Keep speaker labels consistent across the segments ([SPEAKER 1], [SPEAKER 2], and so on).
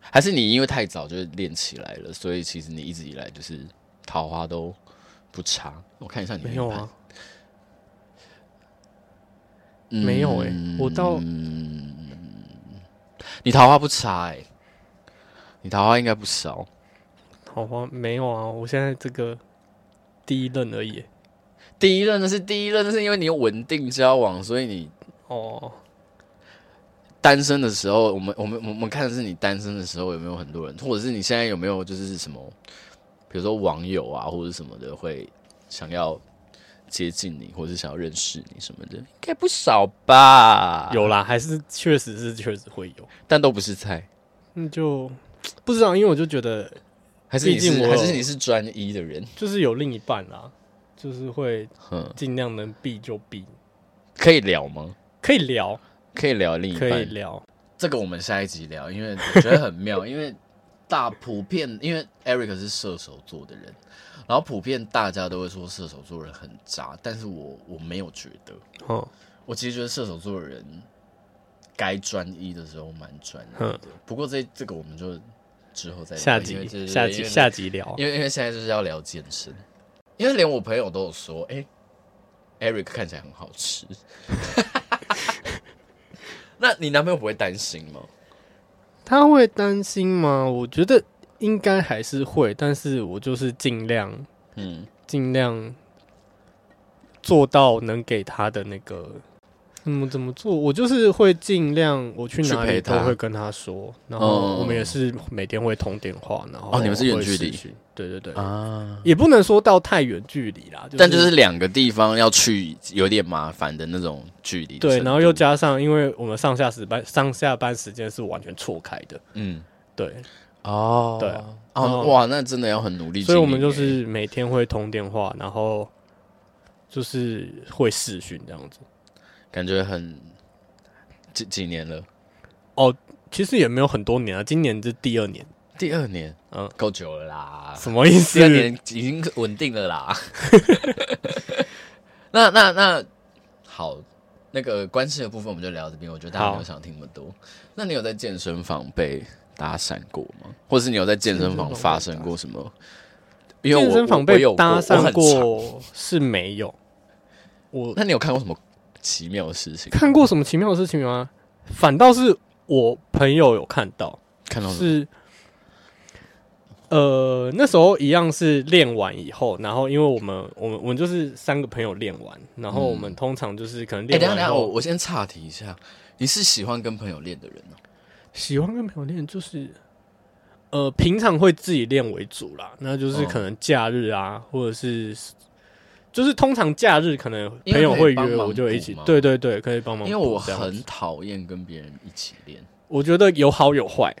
[SPEAKER 1] 还是你因为太早就练起来了，所以其实你一直以来就是桃花都不差。我看一下你的
[SPEAKER 2] 没有
[SPEAKER 1] 命盘
[SPEAKER 2] 啊，，没有哎、我到
[SPEAKER 1] 嗯你桃花不差哎、你桃花应该不少。
[SPEAKER 2] 桃花没有啊，我现在这个第一任而已欸、
[SPEAKER 1] 第一任那是第一任，那是因为你有稳定交往，所以你
[SPEAKER 2] 哦，
[SPEAKER 1] 单身的时候，我们我们我们看的是你单身的时候有没有很多人，或者是你现在有没有就是什么，比如说网友啊或者什么的会想要接近你，或者是想要认识你什么的，应该不少吧？，
[SPEAKER 2] 啊有啦，还是确实是确实会有，
[SPEAKER 1] 但都不是菜，
[SPEAKER 2] 那就不知道，因为我就觉得
[SPEAKER 1] 还是你
[SPEAKER 2] 毕
[SPEAKER 1] 是
[SPEAKER 2] 竟我
[SPEAKER 1] 还是你是专一的人，
[SPEAKER 2] 就是有另一半啦，就是会
[SPEAKER 1] 嗯，
[SPEAKER 2] 尽量能避就避，
[SPEAKER 1] 可以聊吗？
[SPEAKER 2] 可以聊，
[SPEAKER 1] 可以聊另一
[SPEAKER 2] 可以
[SPEAKER 1] 半，
[SPEAKER 2] 聊，
[SPEAKER 1] 这个我们下一集聊，因为我觉得很妙， 因为大普遍因为 Eric 是射手座的人，然后普遍大家都会说射手座人很渣，但是我我没有觉得，
[SPEAKER 2] 哦，
[SPEAKER 1] 我其实觉得射手座的人该专一的时候蛮专一的，不过这这个我们就之后再聊
[SPEAKER 2] 嗯下
[SPEAKER 1] 因为这
[SPEAKER 2] 集
[SPEAKER 1] 是
[SPEAKER 2] 下
[SPEAKER 1] 因
[SPEAKER 2] 集
[SPEAKER 1] 为
[SPEAKER 2] 下集聊，
[SPEAKER 1] 因为因为现在就是要聊健身，因为连我朋友都有说，哎、e r i c 看起来很好吃。 那你男朋友不会担心吗？
[SPEAKER 2] 他会担心吗？我觉得应该还是会，但是我就是尽量
[SPEAKER 1] 嗯，
[SPEAKER 2] 尽量做到能给他的那个。嗯，怎么做？我就是会尽量，我去哪
[SPEAKER 1] 去
[SPEAKER 2] 里
[SPEAKER 1] 陪
[SPEAKER 2] 都
[SPEAKER 1] 他
[SPEAKER 2] 会跟他说，然
[SPEAKER 1] 哦
[SPEAKER 2] 后我们也是每天会通电话，然后
[SPEAKER 1] 哦你们是远
[SPEAKER 2] 会
[SPEAKER 1] 距
[SPEAKER 2] 视
[SPEAKER 1] 离
[SPEAKER 2] 讯，对对对，
[SPEAKER 1] 啊，
[SPEAKER 2] 也不能说到太远距离啦，
[SPEAKER 1] 但就是两个地方要去有点麻烦的那种距离程度。
[SPEAKER 2] 对，然后又加上，因为我们上下时班上下班时间是完全错开的，
[SPEAKER 1] 嗯，
[SPEAKER 2] 对，
[SPEAKER 1] 哦
[SPEAKER 2] 对啊，
[SPEAKER 1] 哦，
[SPEAKER 2] 嗯
[SPEAKER 1] 哇，那真的要很努力经营欸。
[SPEAKER 2] 所以我们就是每天会通电话，然后就是会视讯这样子。
[SPEAKER 1] 感觉很几几年了，
[SPEAKER 2] 其实也没有很多年啊，今年是第二年，
[SPEAKER 1] 第二年，嗯
[SPEAKER 2] 嗯，
[SPEAKER 1] 够久了啦。
[SPEAKER 2] 什么意
[SPEAKER 1] 第
[SPEAKER 2] 思
[SPEAKER 1] 二？年已经稳定了啦。 那那那好，那个关系的部分我们就聊到这边。我觉得大家没有
[SPEAKER 2] 好
[SPEAKER 1] 想听那么多。那你有在健身房被搭讪过吗？或是你有在健身房
[SPEAKER 2] 健身房被
[SPEAKER 1] 发生过什么？因为我
[SPEAKER 2] 健身
[SPEAKER 1] 我
[SPEAKER 2] 房
[SPEAKER 1] 我
[SPEAKER 2] 被
[SPEAKER 1] 有
[SPEAKER 2] 搭
[SPEAKER 1] 我
[SPEAKER 2] 讪
[SPEAKER 1] 很常
[SPEAKER 2] 过是没有，我
[SPEAKER 1] 那你有看过什么奇妙的事情？
[SPEAKER 2] 看过什么奇妙的事情吗？反倒是我朋友有看到，
[SPEAKER 1] 看到什么
[SPEAKER 2] 是，呃，那时候一样是练完以后，然后因为我们我们我们就是三个朋友练完，然后我们通常就是可能
[SPEAKER 1] 嗯哎、等
[SPEAKER 2] 练
[SPEAKER 1] 一下
[SPEAKER 2] 完
[SPEAKER 1] 等一
[SPEAKER 2] 以
[SPEAKER 1] 下，我
[SPEAKER 2] 后，
[SPEAKER 1] 我先岔题一下，你是喜欢跟朋友练的人哦、
[SPEAKER 2] 喜欢跟朋友练就是，呃，平常会自己练为主啦，那就是
[SPEAKER 1] 嗯
[SPEAKER 2] 可能假日啊，或者是。就是通常假日可能
[SPEAKER 1] 因为
[SPEAKER 2] 朋友
[SPEAKER 1] 可以
[SPEAKER 2] 会
[SPEAKER 1] 帮
[SPEAKER 2] 约，
[SPEAKER 1] 忙
[SPEAKER 2] 我就
[SPEAKER 1] 补
[SPEAKER 2] 一起
[SPEAKER 1] 嘛。
[SPEAKER 2] 对对对，可以帮忙补
[SPEAKER 1] 因
[SPEAKER 2] 这
[SPEAKER 1] 为
[SPEAKER 2] 样子。
[SPEAKER 1] 我很讨厌跟别人一起练。
[SPEAKER 2] 我觉得有好有坏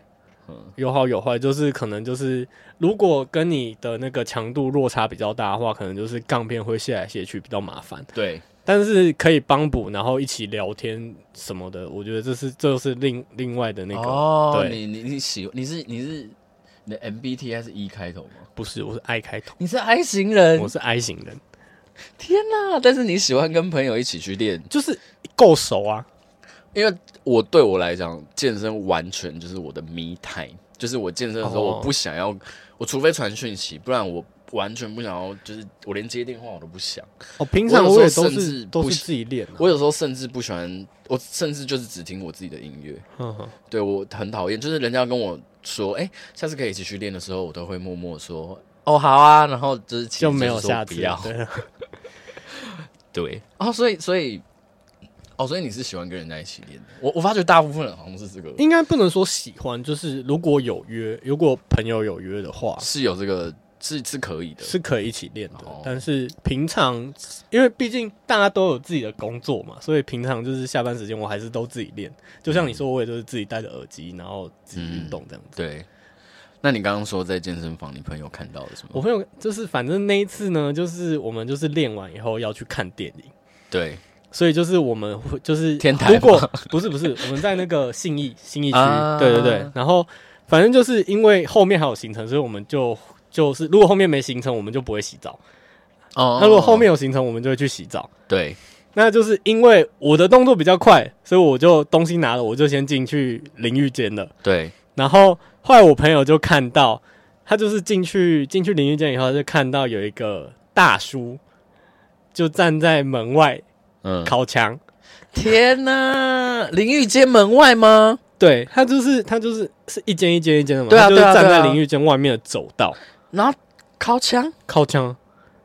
[SPEAKER 1] 嗯，
[SPEAKER 2] 有好有坏，就是可能就是如果跟你的那个强度落差比较大的话，可能就是杠片会卸来卸去比较麻烦，
[SPEAKER 1] 对，
[SPEAKER 2] 但是可以帮补，然后一起聊天什么的，我觉得这是这是另另外的那个，
[SPEAKER 1] 哦，
[SPEAKER 2] 对
[SPEAKER 1] 你你你喜你是你是你的 MBTI 是 E 开头吗？
[SPEAKER 2] 不是我是 I 开头，
[SPEAKER 1] 你是 I 型人
[SPEAKER 2] 我，是 I 型人，
[SPEAKER 1] 天哪、但是你喜欢跟朋友一起去练，
[SPEAKER 2] 就是够熟啊，
[SPEAKER 1] 因为我对我来讲，健身完全就是我的 me time，就是我健身的时候，
[SPEAKER 2] 哦
[SPEAKER 1] 我不想要，我除非传讯息，不然我完全不想要，就是我连接电话我都不想。
[SPEAKER 2] 哦，平常
[SPEAKER 1] 我有
[SPEAKER 2] 也
[SPEAKER 1] 时候
[SPEAKER 2] 都
[SPEAKER 1] 甚
[SPEAKER 2] 是
[SPEAKER 1] 至
[SPEAKER 2] 都
[SPEAKER 1] 不
[SPEAKER 2] 是
[SPEAKER 1] 喜
[SPEAKER 2] 自己练、啊，
[SPEAKER 1] 我有时候甚至不喜欢，我甚至就是只听我自己的音乐。
[SPEAKER 2] 哼嗯哼
[SPEAKER 1] 对我很讨厌，就是人家跟我说，哎、下次可以一起去练的时候，我都会默默说，哦，好啊，然后就是其实
[SPEAKER 2] 就没
[SPEAKER 1] 就
[SPEAKER 2] 有
[SPEAKER 1] 是说
[SPEAKER 2] 下
[SPEAKER 1] 不
[SPEAKER 2] 次，
[SPEAKER 1] 要，
[SPEAKER 2] 对，
[SPEAKER 1] 对，哦，所以所以，哦，所以你是喜欢跟人家一起练的，我我发觉大部分人好像是这个，
[SPEAKER 2] 应该不能说喜欢，就是如果有约，如果朋友有约的话，
[SPEAKER 1] 是有这个是是可以的，
[SPEAKER 2] 是可以一起练的，
[SPEAKER 1] 哦
[SPEAKER 2] 但是平常因为毕竟大家都有自己的工作嘛，所以平常就是下班时间我还是都自己练。就像你说，我也就是自己戴着耳机，然后自己运动这样子。
[SPEAKER 1] 对。那你刚刚说在健身房，你朋友看到了什
[SPEAKER 2] 我
[SPEAKER 1] 么？
[SPEAKER 2] 朋友就是反正那一次呢，就是我们就是练完以后要去看电影，
[SPEAKER 1] 对，
[SPEAKER 2] 所以就是我们会就是
[SPEAKER 1] 天台吗
[SPEAKER 2] 如果不是不是我们在那个 信义信义区，
[SPEAKER 1] 啊
[SPEAKER 2] 对对对，然后反正就是因为后面还有行程，所以我们就就是如果后面没行程，我们就不会洗澡；
[SPEAKER 1] 哦
[SPEAKER 2] 那如果后面有行程，我们就会去洗澡。
[SPEAKER 1] 对，
[SPEAKER 2] 那就是因为我的动作比较快，所以我就东西拿了，我就先进去淋浴间了。
[SPEAKER 1] 对，
[SPEAKER 2] 然后后来我朋友就看到，他就是进去进去淋浴间以后，他就看到有一个大叔就站在门外
[SPEAKER 1] 嗯，
[SPEAKER 2] 敲墙。
[SPEAKER 1] 天哪，淋浴间门外吗？
[SPEAKER 2] 对他就是他就是是一间一间一间的嘛，
[SPEAKER 1] 对啊
[SPEAKER 2] 他就是
[SPEAKER 1] 对啊
[SPEAKER 2] 站
[SPEAKER 1] 对啊
[SPEAKER 2] 在淋浴间外面的走道
[SPEAKER 1] 然后靠墙，
[SPEAKER 2] 敲墙。
[SPEAKER 1] 啊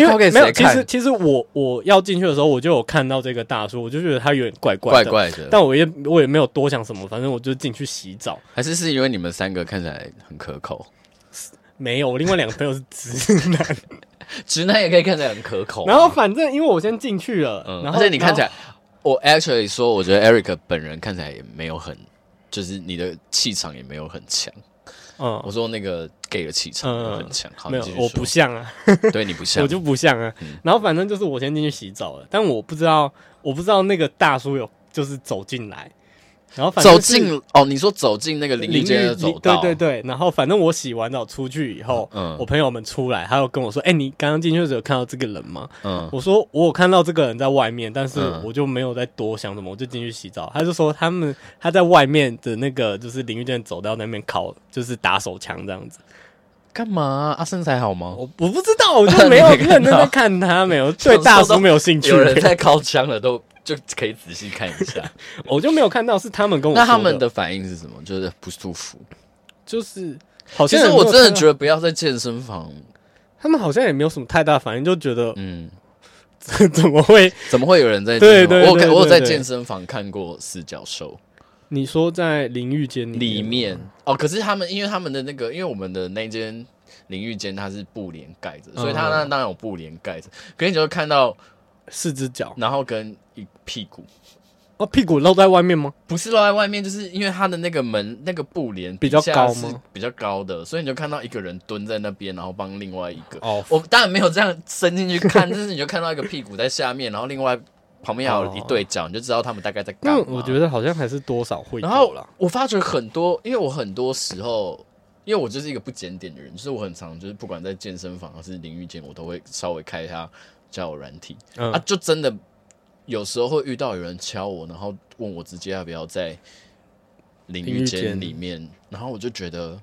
[SPEAKER 2] 因
[SPEAKER 1] 敲
[SPEAKER 2] 为
[SPEAKER 1] 给
[SPEAKER 2] 没有，
[SPEAKER 1] 谁
[SPEAKER 2] 其
[SPEAKER 1] 看
[SPEAKER 2] 实其实我我要进去的时候，我就有看到这个大叔，我就觉得他有点怪怪
[SPEAKER 1] 怪
[SPEAKER 2] 的，
[SPEAKER 1] 怪的，
[SPEAKER 2] 但我也我也没有多想什么，反正我就进去洗澡。
[SPEAKER 1] 还是是因为你们三个看起来很可口，
[SPEAKER 2] 没有，我另外两个朋友是直 男。
[SPEAKER 1] 直男也可以看起来很可口啊、
[SPEAKER 2] 然后反正因为我先进去了，
[SPEAKER 1] 嗯，
[SPEAKER 2] 然
[SPEAKER 1] 而
[SPEAKER 2] 后
[SPEAKER 1] 且你看起
[SPEAKER 2] 来
[SPEAKER 1] 来，我 actually 说，我觉得 Eric 本人看起来也没有很，就是你的气场也没有很强。
[SPEAKER 2] 嗯
[SPEAKER 1] 我说那个 gay 的气场没有很强，好，
[SPEAKER 2] 没有
[SPEAKER 1] 你继，续
[SPEAKER 2] 我
[SPEAKER 1] 说
[SPEAKER 2] 不，像啊，
[SPEAKER 1] 对你不像，嗯
[SPEAKER 2] 我就不像啊。然后反正就是我先进去洗澡了，但我不知道我不知道那个大叔有就是走进来，然后反正
[SPEAKER 1] 走
[SPEAKER 2] 是
[SPEAKER 1] 进哦，你说走进那个淋
[SPEAKER 2] 淋
[SPEAKER 1] 浴
[SPEAKER 2] 浴
[SPEAKER 1] 间的走
[SPEAKER 2] 淋
[SPEAKER 1] 道，
[SPEAKER 2] 对对对。然后反正我洗完澡出去以后，
[SPEAKER 1] 嗯
[SPEAKER 2] 我朋友们出来，他又跟我说：“哎、你刚刚进去的时候有看到这个人吗？”
[SPEAKER 1] 嗯，
[SPEAKER 2] 我说我有看到这个人在外面，但是
[SPEAKER 1] 嗯
[SPEAKER 2] 我就没有再多想什么，我就进去洗澡。他就说他们他在外面的那个就是淋浴间走到那边烤，就是打手枪这样子。
[SPEAKER 1] 干嘛啊啊？身材好吗？
[SPEAKER 2] 我我不知道，我 就没有
[SPEAKER 1] 你没看到
[SPEAKER 2] 认真在看他，没有 对大叔没有兴趣
[SPEAKER 1] 有，人在靠枪了，都就可以仔细看一下。
[SPEAKER 2] 我就没有看到是他们跟我
[SPEAKER 1] 那
[SPEAKER 2] 说
[SPEAKER 1] 他们的反应是什么？就是不舒服。
[SPEAKER 2] 就是好
[SPEAKER 1] 其
[SPEAKER 2] 像
[SPEAKER 1] 实我真的觉
[SPEAKER 2] 得
[SPEAKER 1] 得不要在健身房，
[SPEAKER 2] 他们好像也没有什么太大反应，就觉得、
[SPEAKER 1] 嗯，
[SPEAKER 2] 怎么会？
[SPEAKER 1] 怎么会有人在健
[SPEAKER 2] 对
[SPEAKER 1] 身房？
[SPEAKER 2] 对
[SPEAKER 1] 我有看
[SPEAKER 2] 对
[SPEAKER 1] 我有在
[SPEAKER 2] 对对
[SPEAKER 1] 健身房看过四角兽。
[SPEAKER 2] 你说在淋浴间
[SPEAKER 1] 里
[SPEAKER 2] 面
[SPEAKER 1] 面哦，可是他们因为他们的那个，因为我们的那间淋浴间它是布帘盖
[SPEAKER 2] 嗯
[SPEAKER 1] 着，所以它那当然有布帘盖着，可是你就会看到，
[SPEAKER 2] 四只脚
[SPEAKER 1] 然后跟一屁股，
[SPEAKER 2] 哦，屁股露在外面吗？
[SPEAKER 1] 不是露在外面，就是因为它的那个门那个布帘
[SPEAKER 2] 比较
[SPEAKER 1] 底下
[SPEAKER 2] 高
[SPEAKER 1] 是
[SPEAKER 2] 吗
[SPEAKER 1] 比较高的，所以你就看到一个人蹲在那边，然后帮另外一个，
[SPEAKER 2] 哦，
[SPEAKER 1] 我当然没有这样伸进去看，但是你就看到一个屁股在下面，然后另外旁边还有一对脚，你就知道他们大概在干
[SPEAKER 2] 哦那
[SPEAKER 1] 嘛。
[SPEAKER 2] 我觉得好像还是多少会有
[SPEAKER 1] 然后
[SPEAKER 2] 啦。
[SPEAKER 1] 我发觉很多，因为我很多时候，因为我就是一个不检点的人，就是我很常就是不管在健身房还是淋浴间，我都会稍微开一下交友软体、
[SPEAKER 2] 嗯
[SPEAKER 1] 啊，就真的有时候会遇到有人敲我，然后问我直接要不要在淋浴间里面，然后我就觉得，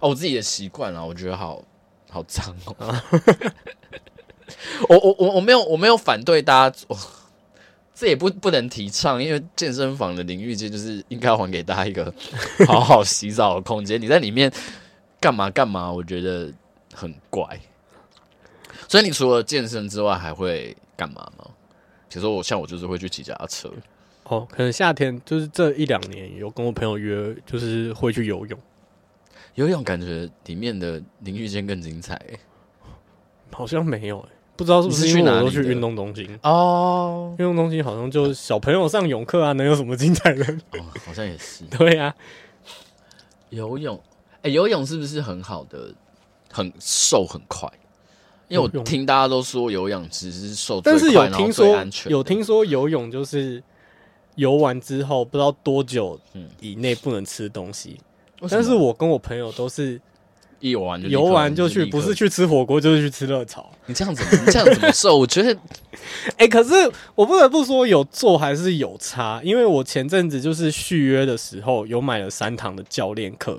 [SPEAKER 1] 哦，我自己的习惯啦，我觉得好好脏 哦。我我我我没有我没有反对大家，我这也不不能提倡，因为健身房的淋浴间就是应该还给大家一个好好洗澡的空间。你在里面干嘛干嘛，我觉得很怪。所以你除了健身之外，还会干嘛吗？比如说我像我就是会去骑脚踏车，
[SPEAKER 2] 哦，可能夏天就是这一两年有跟我朋友约，就是会去游泳，
[SPEAKER 1] 游泳感觉里面的淋浴间更精彩欸
[SPEAKER 2] 好像没有、欸，不知道是不
[SPEAKER 1] 你
[SPEAKER 2] 是
[SPEAKER 1] 是
[SPEAKER 2] 因
[SPEAKER 1] 去
[SPEAKER 2] 为
[SPEAKER 1] 哪
[SPEAKER 2] 我都
[SPEAKER 1] 里
[SPEAKER 2] 去
[SPEAKER 1] 的
[SPEAKER 2] 运动中心，
[SPEAKER 1] 哦。
[SPEAKER 2] 运动中心好像就小朋友上泳课啊，能有什么精彩 的？
[SPEAKER 1] 哦好像也是
[SPEAKER 2] 对啊，
[SPEAKER 1] 游泳，哎、游泳是不是很好的，很瘦很快？因为
[SPEAKER 2] 游
[SPEAKER 1] 我
[SPEAKER 2] 泳
[SPEAKER 1] 听大家都说有氧池是瘦最
[SPEAKER 2] 但
[SPEAKER 1] 快，
[SPEAKER 2] 是有
[SPEAKER 1] 然后
[SPEAKER 2] 听
[SPEAKER 1] 最
[SPEAKER 2] 说
[SPEAKER 1] 安全的
[SPEAKER 2] 有听说游泳就是游完之后不知道多久
[SPEAKER 1] 嗯
[SPEAKER 2] 以内不能吃东西，
[SPEAKER 1] 为什么
[SPEAKER 2] 但是我跟我朋友都是
[SPEAKER 1] 一游完就立刻
[SPEAKER 2] 游完就去，
[SPEAKER 1] 立刻
[SPEAKER 2] 不是去吃火锅就是去吃热炒。
[SPEAKER 1] 你这样怎么你这样怎么瘦？我觉得
[SPEAKER 2] 哎、可是我不得不说，有做还是有差，因为我前阵子就是续约的时候有买了三堂的教练课，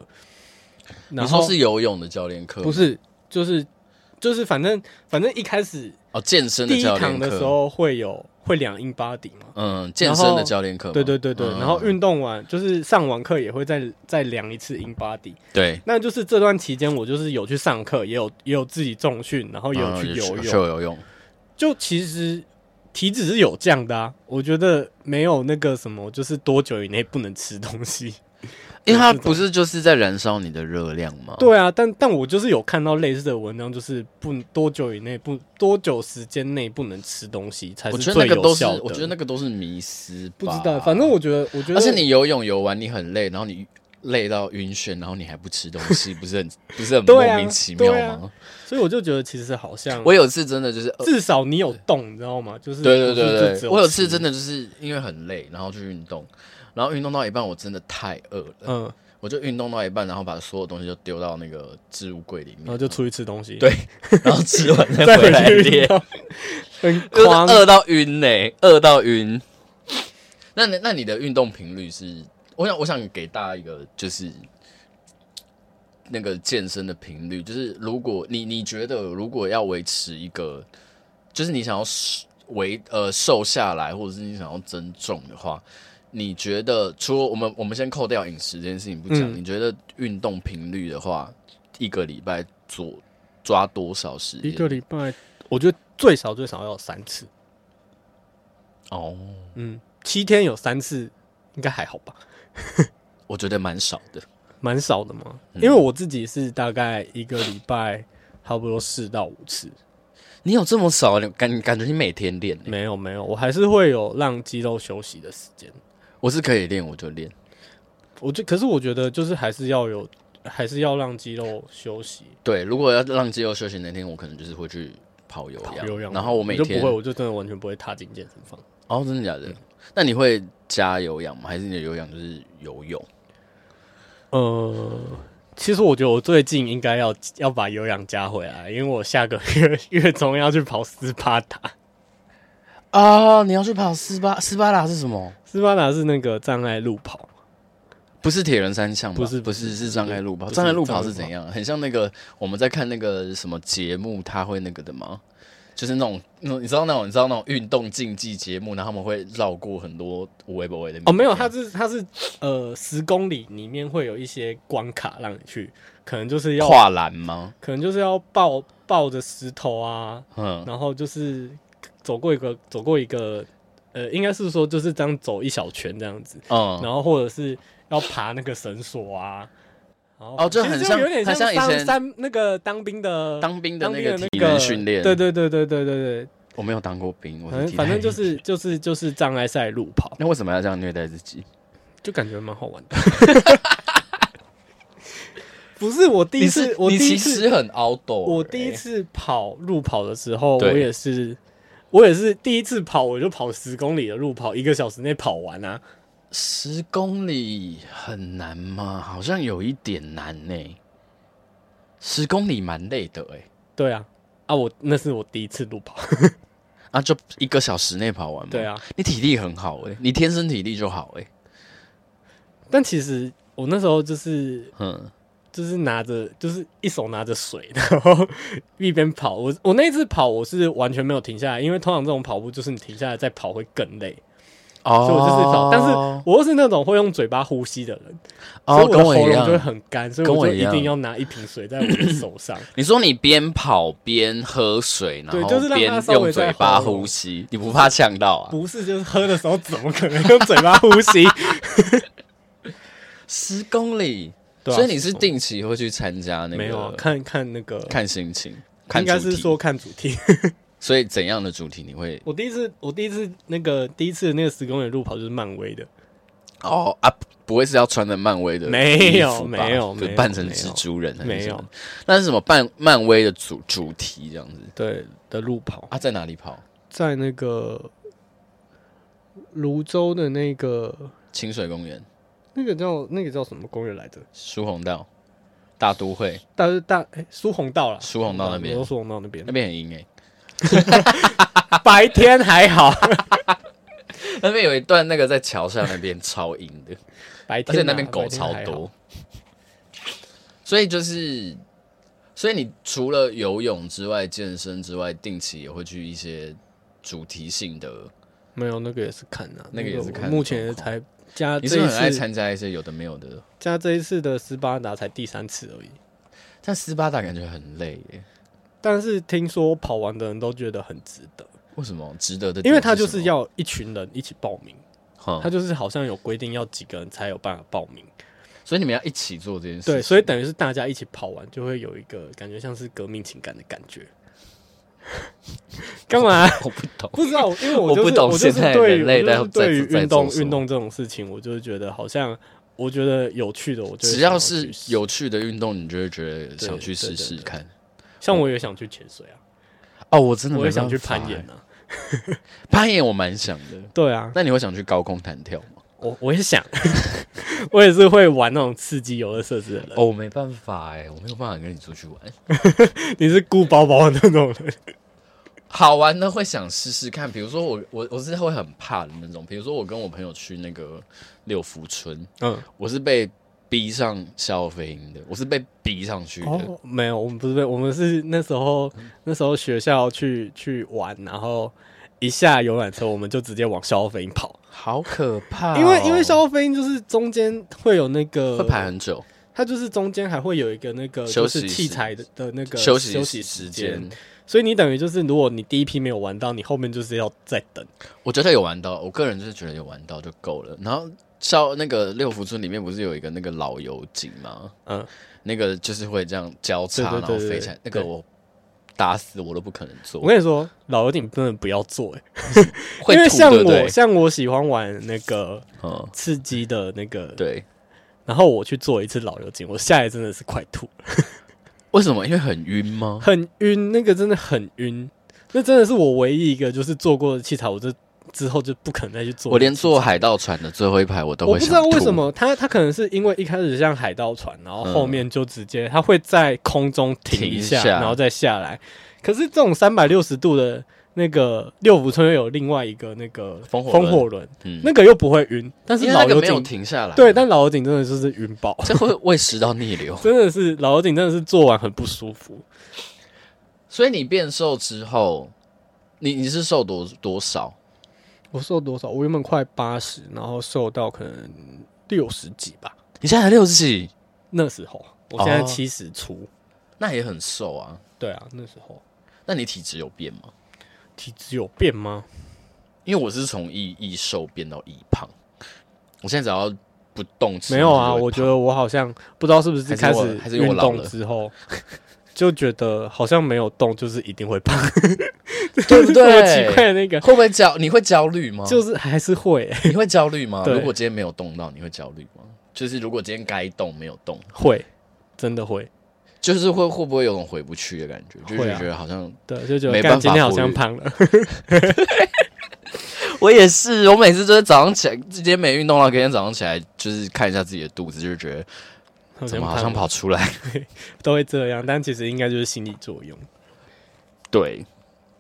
[SPEAKER 1] 你
[SPEAKER 2] 然
[SPEAKER 1] 说
[SPEAKER 2] 后
[SPEAKER 1] 是游泳的教练课吗，
[SPEAKER 2] 不是就是就是反正反正一开始
[SPEAKER 1] 哦健身的
[SPEAKER 2] 第一
[SPEAKER 1] 教
[SPEAKER 2] 堂
[SPEAKER 1] 练
[SPEAKER 2] 的时
[SPEAKER 1] 课，
[SPEAKER 2] 候会有会量 in body 嘛，
[SPEAKER 1] 嗯，健身
[SPEAKER 2] 然
[SPEAKER 1] 的
[SPEAKER 2] 后
[SPEAKER 1] 教练课吗，
[SPEAKER 2] 对对对对，
[SPEAKER 1] 嗯
[SPEAKER 2] 然后运动完就是上完课也会再再量一次 in body，
[SPEAKER 1] 对，
[SPEAKER 2] 那就是这段期间我就是有去上课，也有也有自己重训，然后也啊有
[SPEAKER 1] 嗯
[SPEAKER 2] 去游
[SPEAKER 1] 去
[SPEAKER 2] 泳，
[SPEAKER 1] 游泳，
[SPEAKER 2] 就其实体脂是有降的啊，我觉得没有那个什么，就是多久以内不能吃东西。
[SPEAKER 1] 因为它不是就是在燃烧你的热量吗？
[SPEAKER 2] 对啊，但但我就是有看到类似的文章，就是不多久以内不多久时间内不能吃东西才
[SPEAKER 1] 我
[SPEAKER 2] 是
[SPEAKER 1] 觉得
[SPEAKER 2] 最
[SPEAKER 1] 那个都
[SPEAKER 2] 有
[SPEAKER 1] 是
[SPEAKER 2] 效的。，
[SPEAKER 1] 我觉得那个都是迷思吧。
[SPEAKER 2] 不知道，反正我觉得，我觉得
[SPEAKER 1] 而且你游泳游完，你很累，然后你累到晕眩，然后你还不吃东西，不是很 不是很
[SPEAKER 2] 对啊
[SPEAKER 1] 莫名其妙
[SPEAKER 2] 对啊
[SPEAKER 1] 吗？
[SPEAKER 2] 所以我就觉得其实好像
[SPEAKER 1] 我有一次真的就是，呃
[SPEAKER 2] 至少你有动，你知道吗？就是
[SPEAKER 1] 对对
[SPEAKER 2] 不是就
[SPEAKER 1] 对
[SPEAKER 2] 只
[SPEAKER 1] 对，我有
[SPEAKER 2] 有
[SPEAKER 1] 一次
[SPEAKER 2] 吃
[SPEAKER 1] 真的就是因为很累，然后去运动，然后运动到一半，我真的太饿了，
[SPEAKER 2] 嗯，
[SPEAKER 1] 我就运动到一半，然后把所有东西都丢到那个置物柜里
[SPEAKER 2] 然后
[SPEAKER 1] 面，
[SPEAKER 2] 就出去吃东西，
[SPEAKER 1] 对然后吃完再
[SPEAKER 2] 再
[SPEAKER 1] 回
[SPEAKER 2] 回
[SPEAKER 1] 来
[SPEAKER 2] 去
[SPEAKER 1] 练
[SPEAKER 2] 运。动
[SPEAKER 1] 就
[SPEAKER 2] 很
[SPEAKER 1] 是呃
[SPEAKER 2] 夸张
[SPEAKER 1] 饿到晕呢、饿到晕。那你那你的运动频率是我想我想给大家一个就是那个健身的频率，就是如果你你觉得如果要维持一个，就是你想要瘦维呃瘦下来，或者是你想要增重的话，你觉得除了我们我们先扣掉饮食这件事情不讲，
[SPEAKER 2] 嗯
[SPEAKER 1] 你觉得运动频率的话，一个礼拜做抓多少时间？
[SPEAKER 2] 一个礼拜，我觉得最少最少要有三次，
[SPEAKER 1] 哦，
[SPEAKER 2] 嗯，七天有三次应该还好吧，
[SPEAKER 1] 我觉得蛮少的。
[SPEAKER 2] 蛮少的嘛。
[SPEAKER 1] 嗯
[SPEAKER 2] 因为我自己是大概一个礼拜差不多四到五次，
[SPEAKER 1] 你有这么少？你感感觉你每天练、欸？
[SPEAKER 2] 没有没有，我还是会有让肌肉休息的时间。
[SPEAKER 1] 我是可以练，我就练。
[SPEAKER 2] 我就可是我觉得就是还是要有，还是要让肌肉休息。
[SPEAKER 1] 对，如果要让肌肉休息那天，我可能就是会去跑有氧，
[SPEAKER 2] 有氧，嗯
[SPEAKER 1] 然后我每
[SPEAKER 2] 就不
[SPEAKER 1] 天
[SPEAKER 2] 会，我就真的完全不会踏进健身房。
[SPEAKER 1] 哦，真的假的？那你会加有氧吗？还是你的有氧就是游泳？
[SPEAKER 2] 呃，其实我觉得我最近应该要要把有氧加回来，因为我下个月 月中要去跑斯巴达。
[SPEAKER 1] 啊，你要去跑斯巴斯巴达是什么？
[SPEAKER 2] 斯巴达是那个障碍路跑，
[SPEAKER 1] 不是铁人三项吧，
[SPEAKER 2] 不是
[SPEAKER 1] 不是是障碍路跑。
[SPEAKER 2] 不是
[SPEAKER 1] 障碍路跑
[SPEAKER 2] 障碍
[SPEAKER 1] 是
[SPEAKER 2] 路
[SPEAKER 1] 怎样？很像那个我们在看那个什么节目，他会那个的吗？就是那种，那种你知道那种，你知道那种运动竞技节目，然后他们会绕过很多微博的
[SPEAKER 2] 哦，没有，它是它是呃十公里里面会有一些关卡让你去，可能就是要
[SPEAKER 1] 跨栏吗？
[SPEAKER 2] 可能就是要抱抱着石头啊，
[SPEAKER 1] 嗯，
[SPEAKER 2] 然后就是走过一个走过一个，呃，应该是说就是这样走一小圈这样子，
[SPEAKER 1] 嗯，
[SPEAKER 2] 然后或者是要爬那个绳索啊，然后
[SPEAKER 1] 哦这
[SPEAKER 2] 其实
[SPEAKER 1] 很像
[SPEAKER 2] 有点
[SPEAKER 1] 很像以
[SPEAKER 2] 当
[SPEAKER 1] 前
[SPEAKER 2] 三那个当兵的
[SPEAKER 1] 当兵的
[SPEAKER 2] 当
[SPEAKER 1] 那
[SPEAKER 2] 兵
[SPEAKER 1] 个
[SPEAKER 2] 的
[SPEAKER 1] 体
[SPEAKER 2] 那
[SPEAKER 1] 能
[SPEAKER 2] 个
[SPEAKER 1] 训练，
[SPEAKER 2] 对对对对对对
[SPEAKER 1] 我没有当过兵，
[SPEAKER 2] 对，
[SPEAKER 1] 我
[SPEAKER 2] 反
[SPEAKER 1] 是
[SPEAKER 2] 正
[SPEAKER 1] 体
[SPEAKER 2] 反
[SPEAKER 1] 态
[SPEAKER 2] 正就
[SPEAKER 1] 人
[SPEAKER 2] 是就是就是障碍赛路跑，
[SPEAKER 1] 那为什么要这样虐待自己？
[SPEAKER 2] 就感觉蛮好玩 的。不是我第一
[SPEAKER 1] 你
[SPEAKER 2] 次
[SPEAKER 1] 是，
[SPEAKER 2] 我
[SPEAKER 1] 你
[SPEAKER 2] 第一
[SPEAKER 1] 其
[SPEAKER 2] 次
[SPEAKER 1] 实很欸凹斗，
[SPEAKER 2] 我第一次跑路跑的时候，我
[SPEAKER 1] 对
[SPEAKER 2] 也是，我也是第一次跑，我就跑十公里的路跑，一个小时内跑完啊。
[SPEAKER 1] 十公里很难吗？好像有一点难呢、十公里蛮累的哎、
[SPEAKER 2] 对啊，啊，我那是我第一次路跑。
[SPEAKER 1] 啊，就一个小时内跑完吗？
[SPEAKER 2] 对，啊，
[SPEAKER 1] 你体力很好哎、你天生体力就好哎、
[SPEAKER 2] 但其实我那时候就是
[SPEAKER 1] 嗯，
[SPEAKER 2] 就是拿着，就是一手拿着水，然后 一边跑。我我那一次跑，我是完全没有停下来，因为通常这种跑步就是你停下来再跑会更累，
[SPEAKER 1] 哦
[SPEAKER 2] 所以我就是找。但是我又是那种会用嘴巴呼吸的人，所
[SPEAKER 1] 哦，
[SPEAKER 2] 以我的
[SPEAKER 1] 跟
[SPEAKER 2] 喉
[SPEAKER 1] 我一
[SPEAKER 2] 咙就会
[SPEAKER 1] 样。
[SPEAKER 2] 很干，所以
[SPEAKER 1] 跟我
[SPEAKER 2] 我就
[SPEAKER 1] 一
[SPEAKER 2] 一
[SPEAKER 1] 样
[SPEAKER 2] 定要拿一瓶水在我的手 上。
[SPEAKER 1] 你说你边跑边喝水，然
[SPEAKER 2] 对
[SPEAKER 1] 后
[SPEAKER 2] 就是让它
[SPEAKER 1] 边
[SPEAKER 2] 稍微
[SPEAKER 1] 用嘴
[SPEAKER 2] 在
[SPEAKER 1] 巴
[SPEAKER 2] 喉咙
[SPEAKER 1] 呼吸，你不怕呛到啊？
[SPEAKER 2] 不是，就是喝的时候怎么可能用嘴巴呼 吸？
[SPEAKER 1] 十公里，
[SPEAKER 2] 对啊
[SPEAKER 1] 所以你是定期会去参加那个？
[SPEAKER 2] 没有啊？看看那个，
[SPEAKER 1] 看心情，看
[SPEAKER 2] 应该
[SPEAKER 1] 主
[SPEAKER 2] 是
[SPEAKER 1] 题
[SPEAKER 2] 说看主题。
[SPEAKER 1] 所以怎样的主题你会？
[SPEAKER 2] 我第一次，我第一次那个第一次那个十公里路跑就是漫威的，
[SPEAKER 1] 哦啊，不会是要穿的漫威的
[SPEAKER 2] 没有
[SPEAKER 1] 衣服吧
[SPEAKER 2] 没有
[SPEAKER 1] 对
[SPEAKER 2] 没有
[SPEAKER 1] 扮成蜘蛛人还是
[SPEAKER 2] 没有
[SPEAKER 1] 什么
[SPEAKER 2] 没有？
[SPEAKER 1] 那是什么漫漫威的主主题这样子
[SPEAKER 2] 对的路跑，
[SPEAKER 1] 啊？在哪里跑？
[SPEAKER 2] 在那个泸州的那个
[SPEAKER 1] 清水公园、
[SPEAKER 2] 那个叫那个叫什么公园来着？
[SPEAKER 1] 苏红道、大都会
[SPEAKER 2] 大大哎，苏红道啦，
[SPEAKER 1] 苏红道那边
[SPEAKER 2] 我说苏红道那边
[SPEAKER 1] 那，边很阴哎、
[SPEAKER 2] 白天还好，
[SPEAKER 1] 那边有一段那个在桥下那边超阴的，
[SPEAKER 2] 白
[SPEAKER 1] 而
[SPEAKER 2] 天啊
[SPEAKER 1] 且那边狗
[SPEAKER 2] 白天
[SPEAKER 1] 超
[SPEAKER 2] 还好
[SPEAKER 1] 多，所以就是。所以你除了游泳之外、健身之外，定期也会去一些主题性的
[SPEAKER 2] 没有那个也是看啊，
[SPEAKER 1] 那个也是看
[SPEAKER 2] 我目前也
[SPEAKER 1] 状况
[SPEAKER 2] 才加
[SPEAKER 1] 你是不
[SPEAKER 2] 呃这一
[SPEAKER 1] 是很爱
[SPEAKER 2] 次
[SPEAKER 1] 参加一些有的没有的，
[SPEAKER 2] 加这一次的斯巴达才第三次而已，
[SPEAKER 1] 但斯巴达感觉很累耶。
[SPEAKER 2] 但是听说跑完的人都觉得很值得，
[SPEAKER 1] 为什么值得的点什么？哦
[SPEAKER 2] 因为他就是要一群人一起报名，
[SPEAKER 1] 哼，
[SPEAKER 2] 他就是好像有规定要几个人才有办法报名，
[SPEAKER 1] 所以你们要一起做这件事。
[SPEAKER 2] 对，，所以等于是大家一起跑完就会有一个感觉像是革命情感的感觉。 干嘛？
[SPEAKER 1] 我不懂。
[SPEAKER 2] 不知道，因为我
[SPEAKER 1] 我
[SPEAKER 2] 就是
[SPEAKER 1] 不懂
[SPEAKER 2] 我就是
[SPEAKER 1] 现在
[SPEAKER 2] 对于
[SPEAKER 1] 人类
[SPEAKER 2] 我就
[SPEAKER 1] 在
[SPEAKER 2] 是对于
[SPEAKER 1] 在
[SPEAKER 2] 运
[SPEAKER 1] 在做
[SPEAKER 2] 动
[SPEAKER 1] 什么
[SPEAKER 2] 运动这种事情，我就是觉得好像我觉得有趣的，我 就会
[SPEAKER 1] 只要
[SPEAKER 2] 想
[SPEAKER 1] 是
[SPEAKER 2] 去试
[SPEAKER 1] 有趣的运动，你就会觉得想去
[SPEAKER 2] 对
[SPEAKER 1] 试
[SPEAKER 2] 对
[SPEAKER 1] 试
[SPEAKER 2] 对
[SPEAKER 1] 看。
[SPEAKER 2] 像我也想去潜水啊，
[SPEAKER 1] 哦，我真的
[SPEAKER 2] 我
[SPEAKER 1] 没
[SPEAKER 2] 也想去
[SPEAKER 1] 办法
[SPEAKER 2] 攀岩
[SPEAKER 1] 耶，
[SPEAKER 2] 啊，
[SPEAKER 1] 攀岩我蛮想的。
[SPEAKER 2] 对啊，
[SPEAKER 1] 那你会想去高空弹跳吗？
[SPEAKER 2] 我 我也想，我也是会玩那种刺激游乐设施的人。
[SPEAKER 1] 哦，我没办法哎，我没有办法跟你出去玩。
[SPEAKER 2] 你是孤包包的那种人，
[SPEAKER 1] 好玩的会想试试看，比如说我我我是会很怕的那种，比如说我跟我朋友去那个六福村，
[SPEAKER 2] 嗯，
[SPEAKER 1] 我是被逼上消费营的，我是被逼上去的。
[SPEAKER 2] 哦，没有，我们不是被，我们是那时候那时候学校去去玩，然后一下游览车我们就直接往消费营跑，
[SPEAKER 1] 好可怕哦、
[SPEAKER 2] 因为因为消费营就是中间会有那个
[SPEAKER 1] 会排很久，
[SPEAKER 2] 它就是中间还会有一个那个
[SPEAKER 1] 休
[SPEAKER 2] 就
[SPEAKER 1] 息
[SPEAKER 2] 是器
[SPEAKER 1] 时
[SPEAKER 2] 材的的那个
[SPEAKER 1] 休息
[SPEAKER 2] 休息
[SPEAKER 1] 时
[SPEAKER 2] 时
[SPEAKER 1] 间
[SPEAKER 2] 间，，所以你等于就是如果你第一批没有玩到，你后面就是要再等。
[SPEAKER 1] 我觉得有玩到，我个人就是觉得有玩到就够了。然后像那个六福村里面不是有一个那个老油井吗？
[SPEAKER 2] 嗯，
[SPEAKER 1] 那个就是会这样交叉，
[SPEAKER 2] 对对
[SPEAKER 1] 然
[SPEAKER 2] 对
[SPEAKER 1] 后飞起来，那
[SPEAKER 2] 对
[SPEAKER 1] 个
[SPEAKER 2] 对
[SPEAKER 1] 我打死我都不可能做
[SPEAKER 2] 我，跟你说，老油井真的不要做、欸，
[SPEAKER 1] 会
[SPEAKER 2] 因为
[SPEAKER 1] 吐
[SPEAKER 2] 像
[SPEAKER 1] 对不
[SPEAKER 2] 我
[SPEAKER 1] 对？
[SPEAKER 2] 像我喜欢玩那个
[SPEAKER 1] 嗯，
[SPEAKER 2] 刺激的那个，
[SPEAKER 1] 对。
[SPEAKER 2] 然后我去做一次老油井，我下来真的是快吐，
[SPEAKER 1] 为什么？因为很晕 吗？
[SPEAKER 2] 很晕，那个真的很晕，那真的是我唯一一个就是做过的器材，我这之后就不可能再去做。
[SPEAKER 1] 我连坐海盗船的最后一排我都
[SPEAKER 2] 我
[SPEAKER 1] 会
[SPEAKER 2] 不
[SPEAKER 1] 想
[SPEAKER 2] 知
[SPEAKER 1] 吐。
[SPEAKER 2] 道为什么他他可能是因为一开始像海盗船，然后后面就直接他会在空中停一下，
[SPEAKER 1] 嗯停一下
[SPEAKER 2] 然后再下来。可是这种三百六十度的那个六福村又有另外一个那个
[SPEAKER 1] 风火轮
[SPEAKER 2] 风火轮，
[SPEAKER 1] 嗯，
[SPEAKER 2] 那个又不会晕，但是
[SPEAKER 1] 因为
[SPEAKER 2] 老
[SPEAKER 1] 那个
[SPEAKER 2] 油
[SPEAKER 1] 没有
[SPEAKER 2] 井
[SPEAKER 1] 停啊下来。
[SPEAKER 2] 对，但老油井真的就是晕爆，
[SPEAKER 1] 这会胃食道逆 流。
[SPEAKER 2] 真的是老油井真的是做完很不舒服。
[SPEAKER 1] 所以你变瘦之后，你你是瘦多多少？
[SPEAKER 2] 我瘦多少？我原本快八十，然后瘦到可能六十几吧，
[SPEAKER 1] 你现在才六十几，
[SPEAKER 2] 那时候我现在
[SPEAKER 1] 哦
[SPEAKER 2] 七十出，
[SPEAKER 1] 那也很瘦啊。
[SPEAKER 2] 对啊，那时候
[SPEAKER 1] 那你体质有变吗？
[SPEAKER 2] 体质有变吗？
[SPEAKER 1] 因为我是从易易瘦变到易胖，我现在只要不动吃
[SPEAKER 2] 没有啊，
[SPEAKER 1] 就会
[SPEAKER 2] 我觉
[SPEAKER 1] 胖
[SPEAKER 2] 得我好像不知道是不是
[SPEAKER 1] 还
[SPEAKER 2] 开
[SPEAKER 1] 是我
[SPEAKER 2] 始
[SPEAKER 1] 还是我
[SPEAKER 2] 运
[SPEAKER 1] 老
[SPEAKER 2] 动
[SPEAKER 1] 了
[SPEAKER 2] 之后， 就觉得好像没有动就是一定会胖，
[SPEAKER 1] 对哦不
[SPEAKER 2] 这么
[SPEAKER 1] 对？
[SPEAKER 2] 奇怪的那个，
[SPEAKER 1] 会不会焦？你会焦虑吗？
[SPEAKER 2] 就是还是会
[SPEAKER 1] 你会焦虑吗？
[SPEAKER 2] 对
[SPEAKER 1] 如果今天没有动到，你会焦虑吗？就是如果今天该动没有动，
[SPEAKER 2] 会，真的会，
[SPEAKER 1] 就是会会不会有种回不去的感觉？就是
[SPEAKER 2] 会啊
[SPEAKER 1] 觉得好像
[SPEAKER 2] 对，就觉
[SPEAKER 1] 没
[SPEAKER 2] 得
[SPEAKER 1] 办法
[SPEAKER 2] 干今天好
[SPEAKER 1] 过
[SPEAKER 2] 像
[SPEAKER 1] 滤
[SPEAKER 2] 胖了，
[SPEAKER 1] 我也是，我每次就是早上起来，今天没运动到，隔天早上起来就是看一下自己的肚子，就觉
[SPEAKER 2] 好
[SPEAKER 1] 得怎
[SPEAKER 2] 像
[SPEAKER 1] 么好
[SPEAKER 2] 胖
[SPEAKER 1] 像
[SPEAKER 2] 了
[SPEAKER 1] 跑出来。
[SPEAKER 2] 都会这样，但其实应该就是心理作用。
[SPEAKER 1] 对，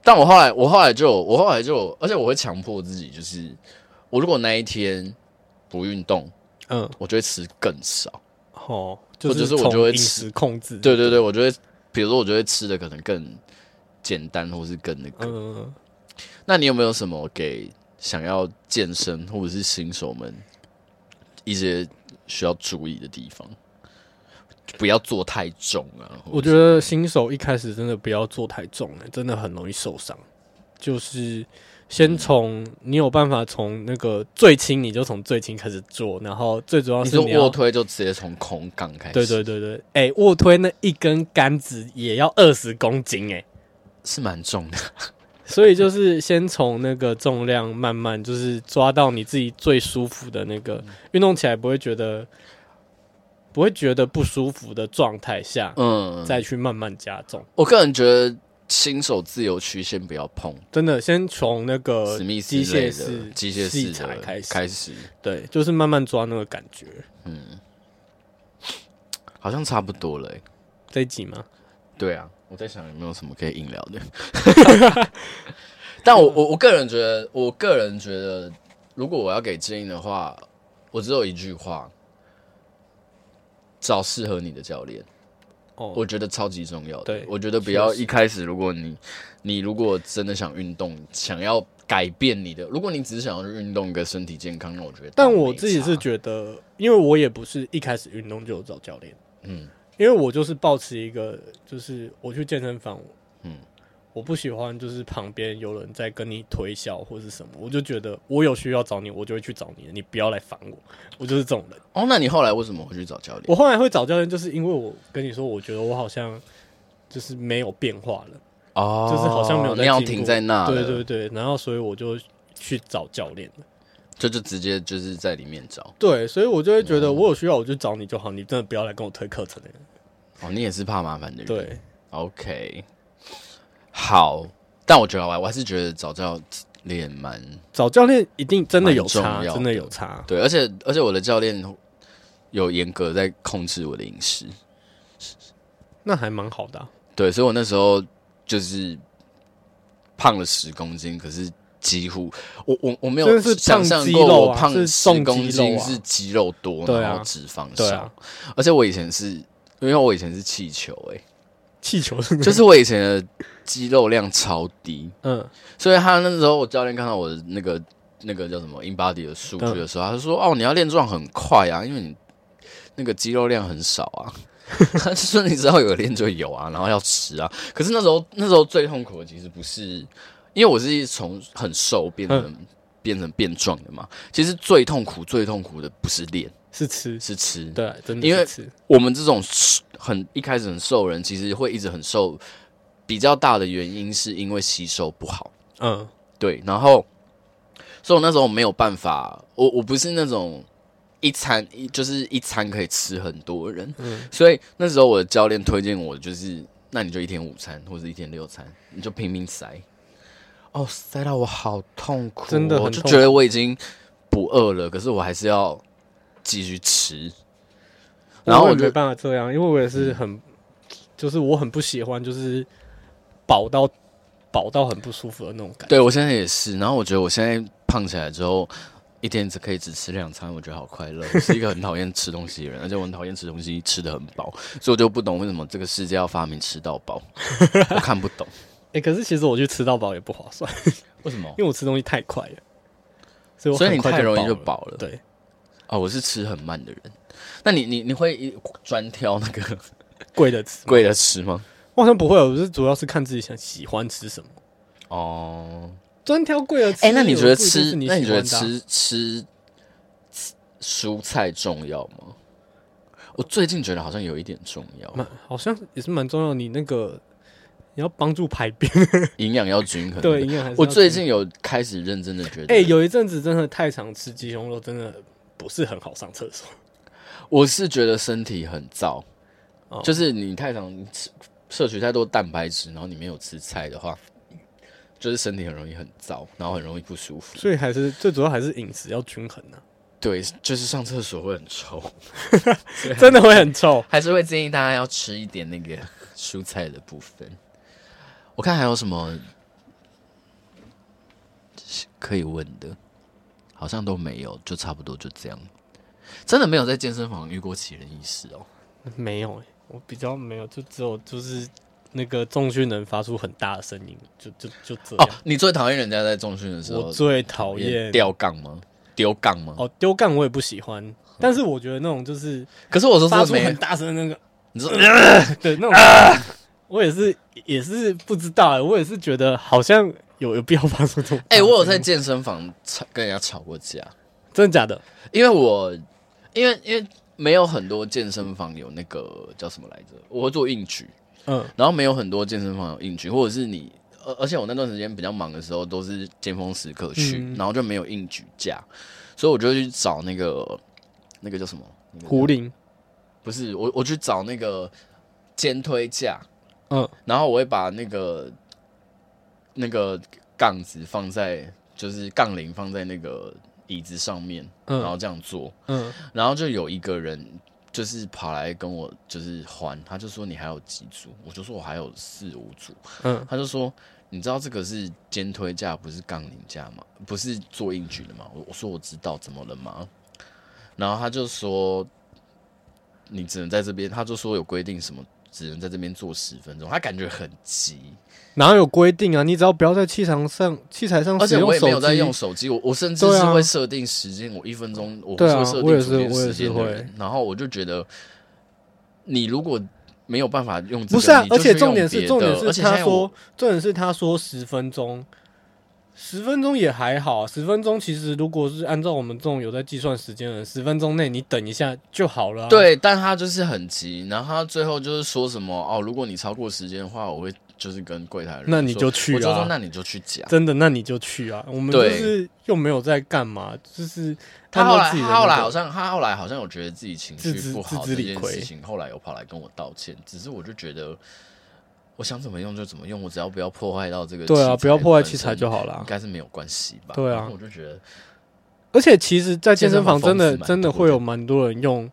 [SPEAKER 1] 但我后来我后来就我后来就，而且我会强迫自己，就是我如果那一天不运动，
[SPEAKER 2] 嗯，
[SPEAKER 1] 我就会吃更少。
[SPEAKER 2] 哦，
[SPEAKER 1] 或
[SPEAKER 2] 就
[SPEAKER 1] 者是我
[SPEAKER 2] 从
[SPEAKER 1] 就会
[SPEAKER 2] 饮
[SPEAKER 1] 吃
[SPEAKER 2] 食控制，
[SPEAKER 1] 对对对，我就会，比如说我就会吃的可能更简单，或是更那个。
[SPEAKER 2] 嗯，
[SPEAKER 1] 那你有没有什么给想要健身或者是新手们一些需要注意的地方？不要做太重啊！
[SPEAKER 2] 我觉得新手一开始真的不要做太重了、真的很容易受伤。就是先从你有办法从那个最轻，你就从最轻开始做，然后最主要
[SPEAKER 1] 你
[SPEAKER 2] 是
[SPEAKER 1] 说
[SPEAKER 2] 要
[SPEAKER 1] 卧，推就直接从空杠开始，
[SPEAKER 2] 对对对对，哎、卧推那一根杆子也要二十公斤哎、
[SPEAKER 1] 是蛮重的。
[SPEAKER 2] 所以就是先从那个重量慢慢就是抓到你自己最舒服的那个
[SPEAKER 1] 嗯
[SPEAKER 2] 运动起来不会觉得不会觉得不舒服的状态下，
[SPEAKER 1] 嗯，
[SPEAKER 2] 再去慢慢加重。
[SPEAKER 1] 我个人觉得新手自由区先不要碰，
[SPEAKER 2] 真的，先从那个
[SPEAKER 1] 史密斯
[SPEAKER 2] 呃机
[SPEAKER 1] 类
[SPEAKER 2] 械
[SPEAKER 1] 的
[SPEAKER 2] 式
[SPEAKER 1] 机械
[SPEAKER 2] 器
[SPEAKER 1] 式
[SPEAKER 2] 材
[SPEAKER 1] 的
[SPEAKER 2] 开始，
[SPEAKER 1] 开始，
[SPEAKER 2] 对，就是慢慢抓那个感觉。
[SPEAKER 1] 好像差不多了、欸。
[SPEAKER 2] 这一集吗？
[SPEAKER 1] 对啊，我在想有没有什么可以硬聊的。 但我我我个人觉得，我个人觉得，如果我要给建议的话，我只有一句话：找适合你的教练。
[SPEAKER 2] 哦
[SPEAKER 1] 我觉得超级重要的。
[SPEAKER 2] 对
[SPEAKER 1] 我觉得不要
[SPEAKER 2] 确实
[SPEAKER 1] 一开始，如果你你如果真的想运动，想要改变你的，如果你只是想要运动跟身体健康，那我觉得倒
[SPEAKER 2] 但
[SPEAKER 1] 没
[SPEAKER 2] 我自己是
[SPEAKER 1] 差
[SPEAKER 2] 觉得，因为我也不是一开始运动就有找教练，
[SPEAKER 1] 嗯
[SPEAKER 2] 因为我就是保持一个，就是我去健身房，
[SPEAKER 1] 嗯
[SPEAKER 2] 嗯，我不喜欢就是旁边有人在跟你推销或是什么，我就觉得我有需要找你，我就会去找你，你不要来烦我，我就是这种人。
[SPEAKER 1] 哦，那你后来为什么会去找教练？
[SPEAKER 2] 我后来会找教练，就是因为我跟你说，我觉得我好像就是没有变化了。
[SPEAKER 1] 哦
[SPEAKER 2] 就是好像没有在
[SPEAKER 1] 那要
[SPEAKER 2] 进步
[SPEAKER 1] 停在哦那，
[SPEAKER 2] 对对，对，然后所以我就去找教练了。
[SPEAKER 1] 这就直接就是在里面找。
[SPEAKER 2] 对，所以我就会觉得我有需要我就找你就好，你真的不要来跟我推课程的人。
[SPEAKER 1] 哦，你也是怕麻烦的人。
[SPEAKER 2] 对，
[SPEAKER 1] ，OK，好，但我觉得我还我还是觉得找教练蛮
[SPEAKER 2] 找教练一定真的有
[SPEAKER 1] 蛮
[SPEAKER 2] 差，
[SPEAKER 1] 重要的
[SPEAKER 2] 真的有差。
[SPEAKER 1] 对，而且而且我的教练有严格在控制我的饮食，
[SPEAKER 2] 那还蛮好的啊、
[SPEAKER 1] 对，所以我那时候就是胖了十公斤，可是几乎我我我没
[SPEAKER 2] 真
[SPEAKER 1] 有
[SPEAKER 2] 的是
[SPEAKER 1] 想
[SPEAKER 2] 胖
[SPEAKER 1] 象
[SPEAKER 2] 肌
[SPEAKER 1] 过
[SPEAKER 2] 肉
[SPEAKER 1] 我
[SPEAKER 2] 啊
[SPEAKER 1] 胖
[SPEAKER 2] 是
[SPEAKER 1] 十
[SPEAKER 2] 重
[SPEAKER 1] 公
[SPEAKER 2] 肌
[SPEAKER 1] 斤
[SPEAKER 2] 肉啊
[SPEAKER 1] 是肌肉多，
[SPEAKER 2] 对啊
[SPEAKER 1] 然后脂肪
[SPEAKER 2] 对
[SPEAKER 1] 少
[SPEAKER 2] 啊，
[SPEAKER 1] 而且我以前是因为我以前是气球、欸，
[SPEAKER 2] 气球是
[SPEAKER 1] 就是我以前的肌肉量超低，
[SPEAKER 2] 嗯
[SPEAKER 1] 所以他那时候我教练看到我的那个那个叫什么 in body 的数据的时候，他就说：“哦，你要练壮很快啊，因为你那个肌肉量很少啊。”他就说：“你只要有练就有啊，然后要吃啊。”可是那时候那时候最痛苦的其实不是，因为我是从很瘦变成、变成变壮的嘛。其实最痛苦最痛苦的不是练，
[SPEAKER 2] 是吃，
[SPEAKER 1] 是吃。
[SPEAKER 2] 对啊，真的
[SPEAKER 1] 因为
[SPEAKER 2] 是吃，
[SPEAKER 1] 我们这种很一开始很瘦的人，其实会一直很瘦。比较大的原因是因为吸收不好。
[SPEAKER 2] 嗯
[SPEAKER 1] 对，然后，所以我那时候没有办法，我我不是那种一餐一就是一餐可以吃很多的人，
[SPEAKER 2] 嗯
[SPEAKER 1] 所以那时候我的教练推荐我，就是那你就一天午餐或者一天六餐，你就拼命塞。哦，塞到我好痛苦哦、
[SPEAKER 2] 真的很
[SPEAKER 1] 我就
[SPEAKER 2] 痛
[SPEAKER 1] 觉得我已经不饿了，可是我还是要继续吃。然后
[SPEAKER 2] 我嗯
[SPEAKER 1] 我
[SPEAKER 2] 也没
[SPEAKER 1] 就
[SPEAKER 2] 办法这样，因为我也是很，就是我很不喜欢，就是饱到饱到很不舒服的那种感觉。
[SPEAKER 1] 对我现在也是，然后我觉得我现在胖起来之后，一天只可以只吃两餐，我觉得好快乐。我是一个很讨厌吃东西的人，而且我很讨厌吃东西吃的很饱，所以我就不懂为什么这个世界要发明吃到饱，我看不懂
[SPEAKER 2] 哎、可是其实我去吃到饱也不划算，
[SPEAKER 1] 为什么
[SPEAKER 2] 因为我吃东西太快了，所以我
[SPEAKER 1] 所以你
[SPEAKER 2] 很快
[SPEAKER 1] 太容易
[SPEAKER 2] 就
[SPEAKER 1] 就
[SPEAKER 2] 饱
[SPEAKER 1] 饱了
[SPEAKER 2] 了。对，
[SPEAKER 1] 啊、我是吃很慢的人，那你你你会一专挑那个
[SPEAKER 2] 贵的吃，
[SPEAKER 1] 贵的吃吗？
[SPEAKER 2] 我好像不会，我是主要是看自己想喜欢吃什么，
[SPEAKER 1] 哦，
[SPEAKER 2] 专挑贵的吃。
[SPEAKER 1] 哎、那你觉得
[SPEAKER 2] 不一定
[SPEAKER 1] 吃
[SPEAKER 2] 是？哎你
[SPEAKER 1] 那你
[SPEAKER 2] 喜
[SPEAKER 1] 觉得
[SPEAKER 2] 欢的啊？
[SPEAKER 1] 吃吃吃蔬菜重要吗？我最近觉得好像有一点重要。
[SPEAKER 2] 蛮好像也是蛮重要的，你那个你要帮助排 便，
[SPEAKER 1] 营养要均衡。
[SPEAKER 2] 对，营养还是
[SPEAKER 1] 我
[SPEAKER 2] 要
[SPEAKER 1] 最
[SPEAKER 2] 注意
[SPEAKER 1] 近有开始认真的觉得，
[SPEAKER 2] 哎、有一阵子真的太常吃鸡胸肉，真的不是很好上厕 所。
[SPEAKER 1] 我是觉得身体很燥，
[SPEAKER 2] 哦
[SPEAKER 1] 就是你太常吃摄取太多蛋白质，然后你没有吃菜的话，就是身体很容易很燥，然后很容易不舒服。
[SPEAKER 2] 所以还是最主要还是饮食要均衡 啊，
[SPEAKER 1] 对，就是上厕所会很臭，
[SPEAKER 2] 真的会很臭。
[SPEAKER 1] 还是会建议大家要吃一点那个蔬菜的部分。我看还有什么可以问的，好像都没有，就差不多就这样。真的没有在健身房遇过奇人异事哦。
[SPEAKER 2] 没有哎、我比较没有，就只有就是那个重训能发出很大的声音，就就就这
[SPEAKER 1] 哦
[SPEAKER 2] 样。，
[SPEAKER 1] 你最讨厌人家在重训的时
[SPEAKER 2] 我
[SPEAKER 1] 候
[SPEAKER 2] 最讨厌
[SPEAKER 1] 掉杠吗？丢杠吗？
[SPEAKER 2] 哦丢杠，我也不喜欢。但是我觉得那种就是
[SPEAKER 1] 可是我说
[SPEAKER 2] 发
[SPEAKER 1] 真的
[SPEAKER 2] 出很
[SPEAKER 1] 没，啊
[SPEAKER 2] 大声的那个，
[SPEAKER 1] 你说
[SPEAKER 2] 对那种，我也是也是不知道、欸，我也是觉得好像有有必要发出这种。
[SPEAKER 1] 哎、我有在健身房吵跟人家吵过架，
[SPEAKER 2] 真的假的？
[SPEAKER 1] 因为我因为因为没有很多健身房有那个叫什么来着，我会做硬举，
[SPEAKER 2] 嗯，
[SPEAKER 1] 然后没有很多健身房有硬举，或者是你，而而且我那段时间比较忙的时候，都是尖峰时刻去，
[SPEAKER 2] 嗯
[SPEAKER 1] 然后就没有硬举架，所以我就去找那个那个叫什么那个叫
[SPEAKER 2] 胡林，
[SPEAKER 1] 不是我，我去找那个肩推架，
[SPEAKER 2] 嗯，
[SPEAKER 1] 然后我会把那个那个杠子放在，就是杠铃放在那个椅子上面，
[SPEAKER 2] 嗯
[SPEAKER 1] 然后这样做，
[SPEAKER 2] 嗯，
[SPEAKER 1] 然后就有一个人就是跑来跟我就是还，他就说你还有几组，我就说我还有四五组，
[SPEAKER 2] 嗯，
[SPEAKER 1] 他就说你知道这个是肩推架不是杠铃架吗？不是做硬举的吗？我我说我知道，怎么了吗？然后他就说你只能在这边，他就说有规定什么。只能在这边做十分钟，他感觉很急，
[SPEAKER 2] 然后有规定啊，你只要不要在器材上器材上
[SPEAKER 1] 而
[SPEAKER 2] 使
[SPEAKER 1] 且
[SPEAKER 2] 用
[SPEAKER 1] 我也
[SPEAKER 2] 手
[SPEAKER 1] 没
[SPEAKER 2] 机，
[SPEAKER 1] 有在用手机，我我甚至
[SPEAKER 2] 对
[SPEAKER 1] 是
[SPEAKER 2] 啊
[SPEAKER 1] 会设定时间，我一分钟我
[SPEAKER 2] 对
[SPEAKER 1] 会
[SPEAKER 2] 啊
[SPEAKER 1] 设
[SPEAKER 2] 我
[SPEAKER 1] 定
[SPEAKER 2] 也是
[SPEAKER 1] 时间
[SPEAKER 2] 我也
[SPEAKER 1] 时间
[SPEAKER 2] 是
[SPEAKER 1] 的人，然后我就觉得，你如果没有办法用这个，
[SPEAKER 2] 不是啊
[SPEAKER 1] 你，就
[SPEAKER 2] 而且
[SPEAKER 1] 去
[SPEAKER 2] 重
[SPEAKER 1] 用
[SPEAKER 2] 点
[SPEAKER 1] 别
[SPEAKER 2] 是
[SPEAKER 1] 的
[SPEAKER 2] 重点
[SPEAKER 1] 而
[SPEAKER 2] 是
[SPEAKER 1] 且
[SPEAKER 2] 他
[SPEAKER 1] 现在我
[SPEAKER 2] 说，重点是他说十分钟，十分钟也还好啊，十分钟其实如果是按照我们这种有在计算时间的人，十分钟内你等一下就好了、，啊
[SPEAKER 1] 对，但他就是很急，然后他最后就是说什么哦，如果你超过时间的话，我会就是跟柜台的人
[SPEAKER 2] 那你
[SPEAKER 1] 说
[SPEAKER 2] 就去
[SPEAKER 1] 我就说
[SPEAKER 2] 啊，
[SPEAKER 1] 那你就去讲。
[SPEAKER 2] 真的那你就去啊，我们就
[SPEAKER 1] 对
[SPEAKER 2] 是又没有在干嘛，就是
[SPEAKER 1] 他
[SPEAKER 2] 按
[SPEAKER 1] 后
[SPEAKER 2] 照
[SPEAKER 1] 来，
[SPEAKER 2] 自己的
[SPEAKER 1] 他后来
[SPEAKER 2] 那
[SPEAKER 1] 好
[SPEAKER 2] 个
[SPEAKER 1] 像，他后来好像有觉得自己情绪
[SPEAKER 2] 自知
[SPEAKER 1] 不好
[SPEAKER 2] 自知
[SPEAKER 1] 这
[SPEAKER 2] 理
[SPEAKER 1] 件
[SPEAKER 2] 亏
[SPEAKER 1] 事情，后来有跑来跟我道歉。只是我就觉得，我想怎么用就怎么用，我只要不要破坏到这个
[SPEAKER 2] 对啊，
[SPEAKER 1] 器材
[SPEAKER 2] 不要破坏
[SPEAKER 1] 本
[SPEAKER 2] 器
[SPEAKER 1] 身
[SPEAKER 2] 材就好
[SPEAKER 1] 应
[SPEAKER 2] 了。啊
[SPEAKER 1] 该是没有关系吧？
[SPEAKER 2] 对啊
[SPEAKER 1] 然后我就觉得
[SPEAKER 2] 而且其实，在
[SPEAKER 1] 健
[SPEAKER 2] 健
[SPEAKER 1] 身
[SPEAKER 2] 身
[SPEAKER 1] 房
[SPEAKER 2] 房
[SPEAKER 1] 疯
[SPEAKER 2] 真的
[SPEAKER 1] 子蛮
[SPEAKER 2] 真的
[SPEAKER 1] 多
[SPEAKER 2] 会
[SPEAKER 1] 的
[SPEAKER 2] 有蛮多人用，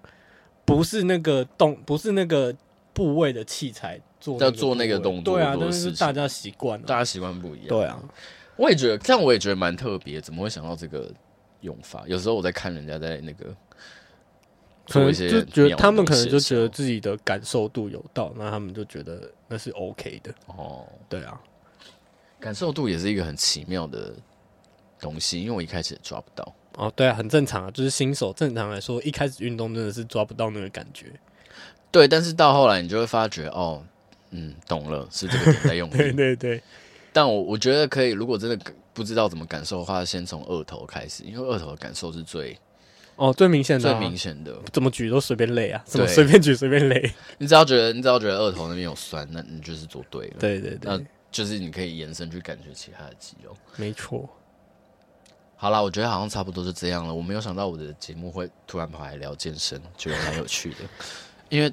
[SPEAKER 2] 不是那个动，不是那个部位的器材做
[SPEAKER 1] 要做那个
[SPEAKER 2] 部位
[SPEAKER 1] 动作
[SPEAKER 2] 对啊，
[SPEAKER 1] 做
[SPEAKER 2] 但
[SPEAKER 1] 的
[SPEAKER 2] 是
[SPEAKER 1] 事
[SPEAKER 2] 就
[SPEAKER 1] 情
[SPEAKER 2] 大家习惯了，
[SPEAKER 1] 大家习惯不一样。
[SPEAKER 2] 对啊，
[SPEAKER 1] 我也觉得，但我也觉得蛮特别，怎么会想到这个用法？有时候我在看人家在那个
[SPEAKER 2] 可
[SPEAKER 1] 做
[SPEAKER 2] 能
[SPEAKER 1] 一些
[SPEAKER 2] 就觉得
[SPEAKER 1] 鸟
[SPEAKER 2] 他们
[SPEAKER 1] 东
[SPEAKER 2] 可
[SPEAKER 1] 西
[SPEAKER 2] 能就
[SPEAKER 1] 的时
[SPEAKER 2] 觉
[SPEAKER 1] 候
[SPEAKER 2] 得自己的感受度有到，那他们就觉得那是 OK 的，
[SPEAKER 1] 哦，
[SPEAKER 2] 对啊，
[SPEAKER 1] 感受度也是一个很奇妙的东西，因为我一开始也抓不到。
[SPEAKER 2] 哦，对啊，很正常啊，就是新手正常来说，一开始运动真的是抓不到那个感觉，
[SPEAKER 1] 对，但是到后来你就会发觉，哦，嗯，懂了，是这个点在用力。
[SPEAKER 2] 对对对，
[SPEAKER 1] 但我我觉得可以，如果真的不知道怎么感受的话，先从二头开始，因为二头的感受是最
[SPEAKER 2] 哦，最明显的
[SPEAKER 1] 最
[SPEAKER 2] 啊、
[SPEAKER 1] 明显的。
[SPEAKER 2] 怎么举都随便累啊，怎么
[SPEAKER 1] 对
[SPEAKER 2] 随便举随便累，
[SPEAKER 1] 你只要觉得你只要觉得二头那边有酸，那你就是做对了。，
[SPEAKER 2] 对对对
[SPEAKER 1] 那，就是你可以延伸去感觉其他的肌肉。
[SPEAKER 2] 没错，
[SPEAKER 1] 好啦，我觉得好像差不多就这样了。我没有想到我的节目会突然跑来聊健身，觉得蛮有趣的。因为，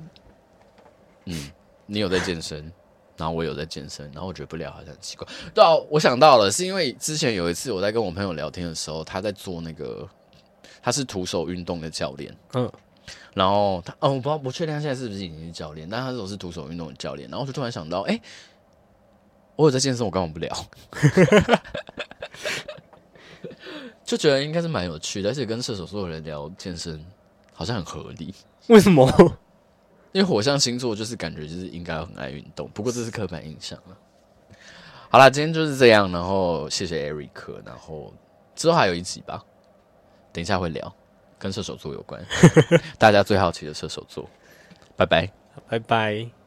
[SPEAKER 1] 嗯，你有在健身，然后我有在健身，然后我觉得不聊好像很奇怪。对啊，我想到了，是因为之前有一次我在跟我朋友聊天的时候，他在做那个，他是徒手运动的教练，
[SPEAKER 2] 嗯，
[SPEAKER 1] 然后他，哦，我不知道，不确定他现在是不是已经是教练，但他那时候是徒手运动的教练。然后我就突然想到，哎、我有在健身，我干嘛不聊？ 就觉得应该是蛮有趣的，而且跟射手座的人聊健身好像很合理，
[SPEAKER 2] 为什么？
[SPEAKER 1] 因为火象星座就是感觉就是应该很爱运动，不过这是刻板印象了。好啦，今天就是这样，然后谢谢 Eric，然后之后还有一集吧，等一下会聊跟射手座有关，大家最好奇的射手座，拜拜。
[SPEAKER 2] 拜拜。